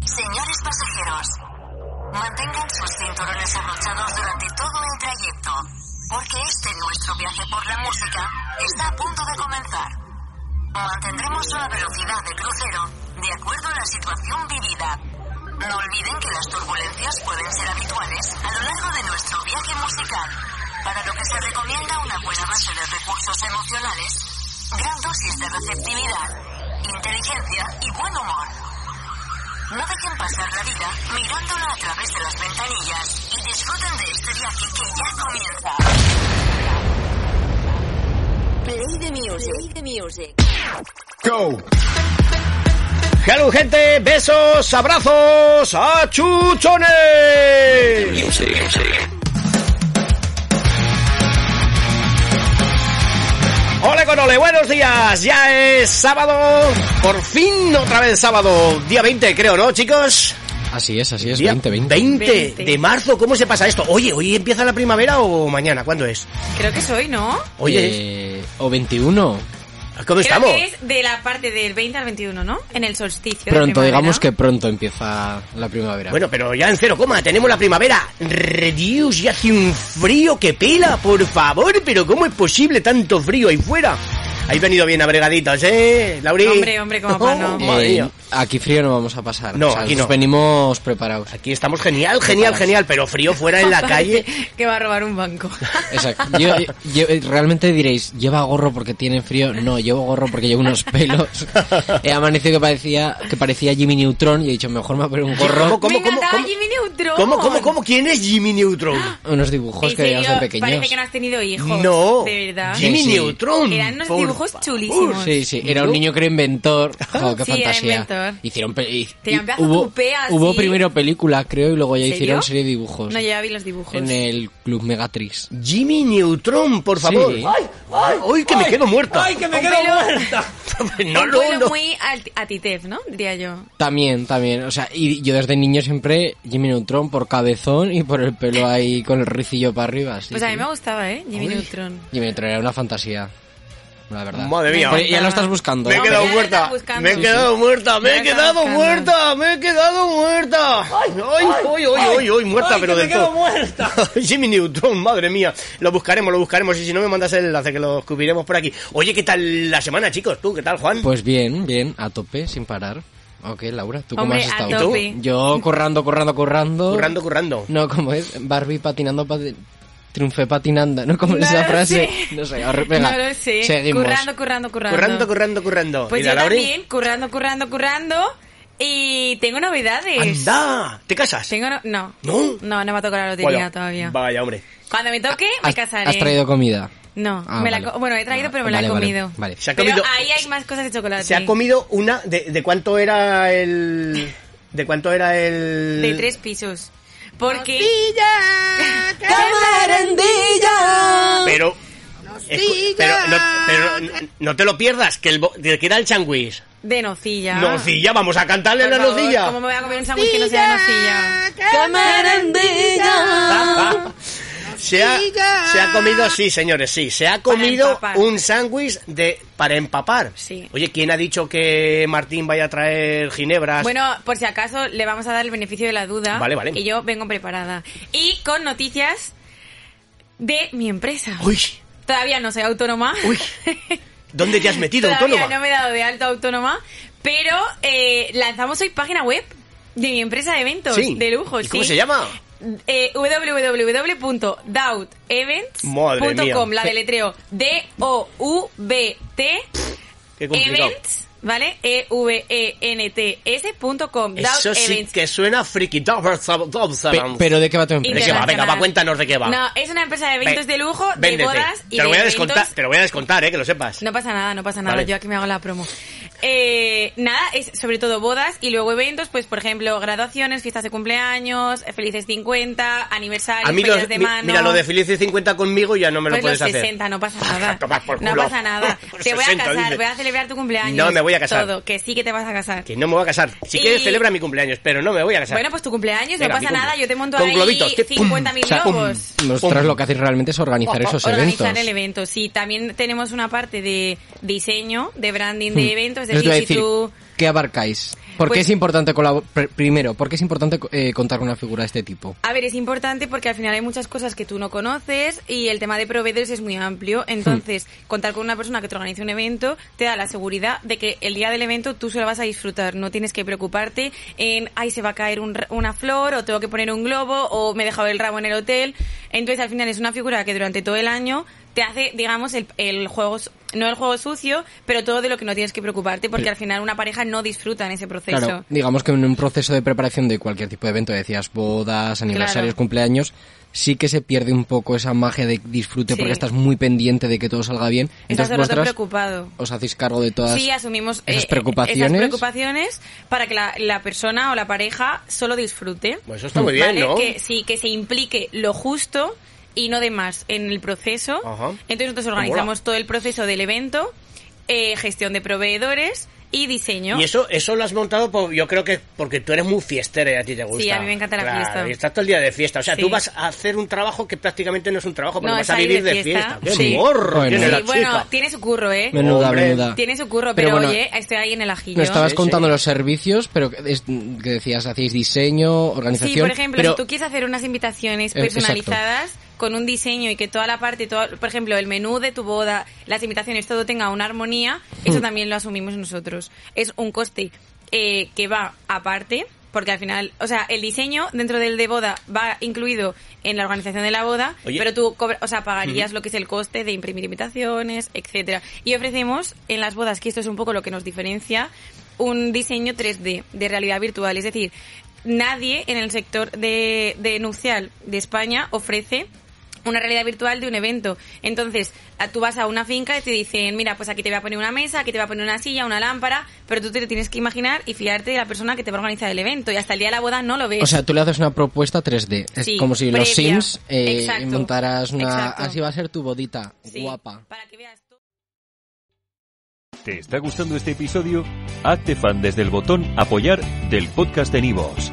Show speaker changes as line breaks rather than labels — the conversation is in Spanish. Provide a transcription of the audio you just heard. Señores pasajeros, mantengan sus cinturones abrochados durante todo el trayecto, porque este nuestro viaje por la música está a punto de comenzar. Mantendremos la velocidad de crucero de acuerdo a la situación vivida. No olviden que las turbulencias pueden ser habituales a lo largo de nuestro viaje musical, para lo que se recomienda una buena base de recursos emocionales, gran dosis de receptividad, inteligencia y buen humor. No dejen pasar la vida mirándola a través de las ventanillas y disfruten de este viaje que ya comienza. Play the music. Play the music.
Go. Hello gente, besos, abrazos, a chuchones. Ole con ole, buenos días, ya es sábado, por fin otra vez sábado, día 20 creo, ¿no chicos?
Así es, así es,
Día
20, 20.
20 de marzo, ¿cómo se pasa esto? Oye, ¿hoy empieza la primavera o mañana? ¿Cuándo es?
Creo que soy, ¿no?
Oye,
Eh, o 21.
¿cómo
Creo
Pues estamos?
que es de la parte del 20 al 21, ¿no? En el solsticio. de
Pronto,
primavera.
digamos que pronto empieza la primavera.
Bueno, pero ya en cero coma, tenemos la primavera. Reduce, y hace un frío que pela, por favor, pero ¿cómo es posible tanto frío ahí fuera? Habéis venido bien abregaditos, ¿eh, Lauri?
Hombre, hombre, como pa' no.
Oh,
Eh,
madre mía.
aquí frío no vamos a pasar.
No,
O sea,
aquí
nos
no.
venimos preparados.
Aquí estamos genial, genial, genial, pero frío fuera en la calle.
Que va a robar un banco.
Exacto. Yo- yo- eh, realmente diréis, ¿lleva gorro porque tiene frío? No, llevo gorro porque llevo unos pelos. He amanecido que parecía, que parecía Jimmy Neutron y he dicho, mejor me voy a poner un gorro.
¿Cómo,
Me
cómo,
encantaba
cómo?
Jimmy Neutron.
¿Cómo, cómo, Pues cómo? ¿Quién es Jimmy Neutron?
Unos dibujos
En
que veíamos de
serio, Parece
pequeños.
que no has tenido hijos.
No,
De verdad.
Jimmy
Sí, sí.
Neutron.
Eran unos
por
dibujos
favor.
chulísimos.
Sí, sí, era un niño que era inventor. Jo, qué
Sí, era
fantasía.
inventor.
Hicieron pe- y-
Te
y
llamas
hubo,
Tupé, así.
hubo primero película, creo, y luego ya
¿En
hicieron
serio?
serie de dibujos.
No, ya vi los dibujos.
en el Club Megatrix.
Jimmy Neutron, por favor.
Sí.
¡Ay, ay, ay, que me quedo muerta! ¡Ay, que me
quedo pelo- muerta.
no,
un
no,
pueblo
no.
muy alt- atitef, ¿no? Diría yo.
También, también. O sea, y yo desde niño siempre Jimmy Neutron por cabezón y por el pelo ahí con el ricillo para arriba. sí,
Pues a mí
sí.
me gustaba, ¿eh? Jimmy Neutron.
Jimmy Neutron era una fantasía. La verdad.
Madre mía.
Pero ya lo estás buscando.
Me he
No,
quedado
ya lo estás
muerta,
buscando.
me he
Sí,
quedado muerta, me
Ya
he
lo
quedado
estás
muerta, me he quedado muerta. Ay, ay, ay, ay, ay, ay, muerta, pero de todo. muerta. Jimmy Neutron, madre mía. Lo buscaremos, lo buscaremos y si no me mandas el enlace que lo cubriremos por aquí. Oye, ¿qué tal la semana, chicos? ¿Tú qué tal, Juan?
Pues bien, bien, a tope, sin parar. Ok, Laura, ¿tú
Hombre,
cómo has
a
estado?
tope.
Yo corrando, corrando, corrando.
currando, currando.
No, como es Barbie patinando, pati- triunfé patinando, ¿no? Como
No
esa
lo
frase.
sé.
No sé, ahora- venga,
no lo sé.
Seguimos.
Currando, currando, currando.
Currando, currando, currando.
Pues
¿Y
yo
la Lauri?
también, currando, currando, currando. Y tengo novedades.
Anda, ¿te casas?
pues Tengo no, no.
¿No?
No, no me ha tocado la lotería
Bueno,
todavía.
Vaya, hombre.
Cuando me toque, me
¿Has,
casaré.
has traído comida?
No,
Ah,
me la
vale.
co- bueno, he traído, pero me la
Vale,
he
vale,
comido.
vale.
Se ha
Pero
comido-
ahí hay más cosas de chocolate.
Se ha comido una de, de cuánto era el de cuánto era el
De tres pisos. Porque...
Pero escu- pero, no, pero no- no te lo pierdas que el bo- de que era el changuis.
De nocilla.
Nocilla, vamos a cantarle
Por
la
favor,
nocilla.
¿Cómo me voy Pues a comer un sándwich que no sea de nocilla?
Ah. Se ha, se ha comido, sí, señores, sí, se ha comido
empapar.
un sándwich de para empapar.
Sí.
Oye, ¿quién ha dicho que Martín vaya a traer ginebras?
Bueno, por si acaso le vamos a dar el beneficio de la duda.
Vale, vale.
Y yo vengo preparada. Y con noticias de mi empresa.
Uy,
Todavía no soy autónoma.
uy. ¿Dónde te has metido,
Todavía
autónoma?
no me he dado de alta autónoma, pero eh, lanzamos hoy página web de mi empresa de eventos
Sí.
de lujo.
¿Y cómo
sí.
se llama?
Eh,
Madre
www.doubtevents.com,
mía.
la deletreo D-O-U-B-T
Qué complicado.
Events, ¿vale? E E-V-E-N-T-S.com.
Eso sí
Doubtevents.
que suena friki.
Pe- ¿Pero de qué va tu
¿De qué
empresa?
va? Venga, va,
Internacional.
cuéntanos de qué va.
No, es una empresa de eventos
Ve-
de lujo,
véndete.
de bodas
te
y
lo
de
voy a
eventos.
descontar, Te lo voy a descontar, eh, que lo sepas.
No pasa nada, no pasa nada.
Vale.
Yo aquí me hago la promo. Eh, nada, es sobre todo bodas y luego eventos, pues por ejemplo, graduaciones, fiestas de cumpleaños, felices 50, aniversarios,
A mí los-
ferias de
mi-
mano.
mira, lo de felices 50 conmigo ya no me lo
pues los
puedes
60,
hacer.
no pasa nada.
Tomar por
no
culo.
pasa nada.
Los
Te voy a
60,
casar,
dice.
voy a celebrar tu cumpleaños.
No me voy a casar.
Todo, que sí que te vas a casar.
Que no me voy a casar. Si
Y-
quieres celebra mi cumpleaños, pero no me voy a casar.
Bueno, pues tu cumpleaños,
Venga,
no pasa
mi
nada,
cumple.
yo te monto
Con
ahí
globitos, que pum,
50.000
O sea,
globos.
Nosotras lo que hacéis realmente es organizar esos
organizar
eventos.
el evento, sí. También tenemos una parte de diseño, de branding
Hmm.
de eventos, es
Yo te
decir,
iba a
si
decir,
tú...
¿qué abarcáis? ¿Por qué
Pues-
es importante colabo- pr- Primero, ¿por qué es importante eh, contar con una figura de este tipo?
A ver, es importante porque al final hay muchas cosas que tú no conoces y el tema de proveedores es muy amplio. Entonces, contar con una persona que te organice un evento te da la seguridad de que el día del evento tú se lo vas a disfrutar. No tienes que preocuparte en, ay, se va a caer un ra- una flor o tengo que poner un globo o me he dejado el rabo en el hotel. Entonces, al final es una figura que durante todo el año te hace, digamos, el, el juego, s- no el juego sucio, pero todo de lo que no tienes que preocuparte porque al final una pareja no disfruta en ese proceso.
Claro, digamos que en un proceso de preparación de cualquier tipo de evento, decías bodas, aniversarios,
Claro.
cumpleaños, sí que se pierde un poco esa magia de disfrute
Sí.
porque estás muy pendiente de que todo salga bien. Entonces
Estás todo el rato
vosotras
preocupado.
os hacéis cargo de todas
Sí, asumimos eh,
esas preocupaciones.
esas preocupaciones para que la, la persona o la pareja solo disfrute.
Pues eso está muy bien,
¿vale?
¿no?
Que, sí, que se implique lo justo y no de más en el proceso.
Ajá.
Entonces nosotros
Mola.
organizamos todo el proceso del evento, eh, gestión de proveedores y diseño.
Y eso, eso lo has montado, por- yo creo que porque tú eres muy fiestera y a ti te gusta.
Sí, a mí me encanta la
Claro,
fiesta.
Y estás todo el día de fiesta. O sea,
Sí.
tú vas a hacer un trabajo que prácticamente no es un trabajo, pero
No,
vas
es
a
salir
vivir
de
de fiesta.
fiesta.
¡Qué
Sí.
morro
Bueno.
tiene
Sí,
la
bueno,
chica!
tiene su curro, ¿eh?
Menuda,
Hombre.
menuda.
Tiene su curro,
Pero
pero,
bueno,
oye, estoy ahí en el ajillo.
Nos estabas
Sí,
contando
sí.
los servicios, pero es- que decías, hacéis diseño, organización.
Sí, por ejemplo,
pero
si tú quieres hacer unas invitaciones
Eh, exacto.
personalizadas con un diseño y que toda la parte, todo, por ejemplo, el menú de tu boda, las invitaciones, todo tenga una armonía,
Hmm.
eso también lo asumimos nosotros. Es un coste eh, que va aparte. Porque al final, o sea, el diseño dentro del de boda va incluido en la organización de la boda,
Oye.
pero tú cobra- o sea, pagarías lo que es el coste de imprimir invitaciones, etcétera. Y ofrecemos en las bodas, que esto es un poco lo que nos diferencia, un diseño 3D de realidad virtual. Es decir, nadie en el sector de, de nupcial de España ofrece una realidad virtual de un evento. Entonces, a- tú vas a una finca y te dicen, mira, pues aquí te voy a poner una mesa, aquí te voy a poner una silla, una lámpara, pero tú te lo tienes que imaginar y fiarte de la persona que te va a organizar el evento. Y hasta el día de la boda no lo ves.
O sea, tú le haces una propuesta 3D. Es
Sí,
como si en los
previa.
Sims eh,
Exacto.
montaras una...
Exacto.
Así va a ser tu bodita,
Sí,
guapa.
Para que veas tú.
¿Te está gustando este episodio? Hazte fan desde el botón Apoyar del podcast de Nivos.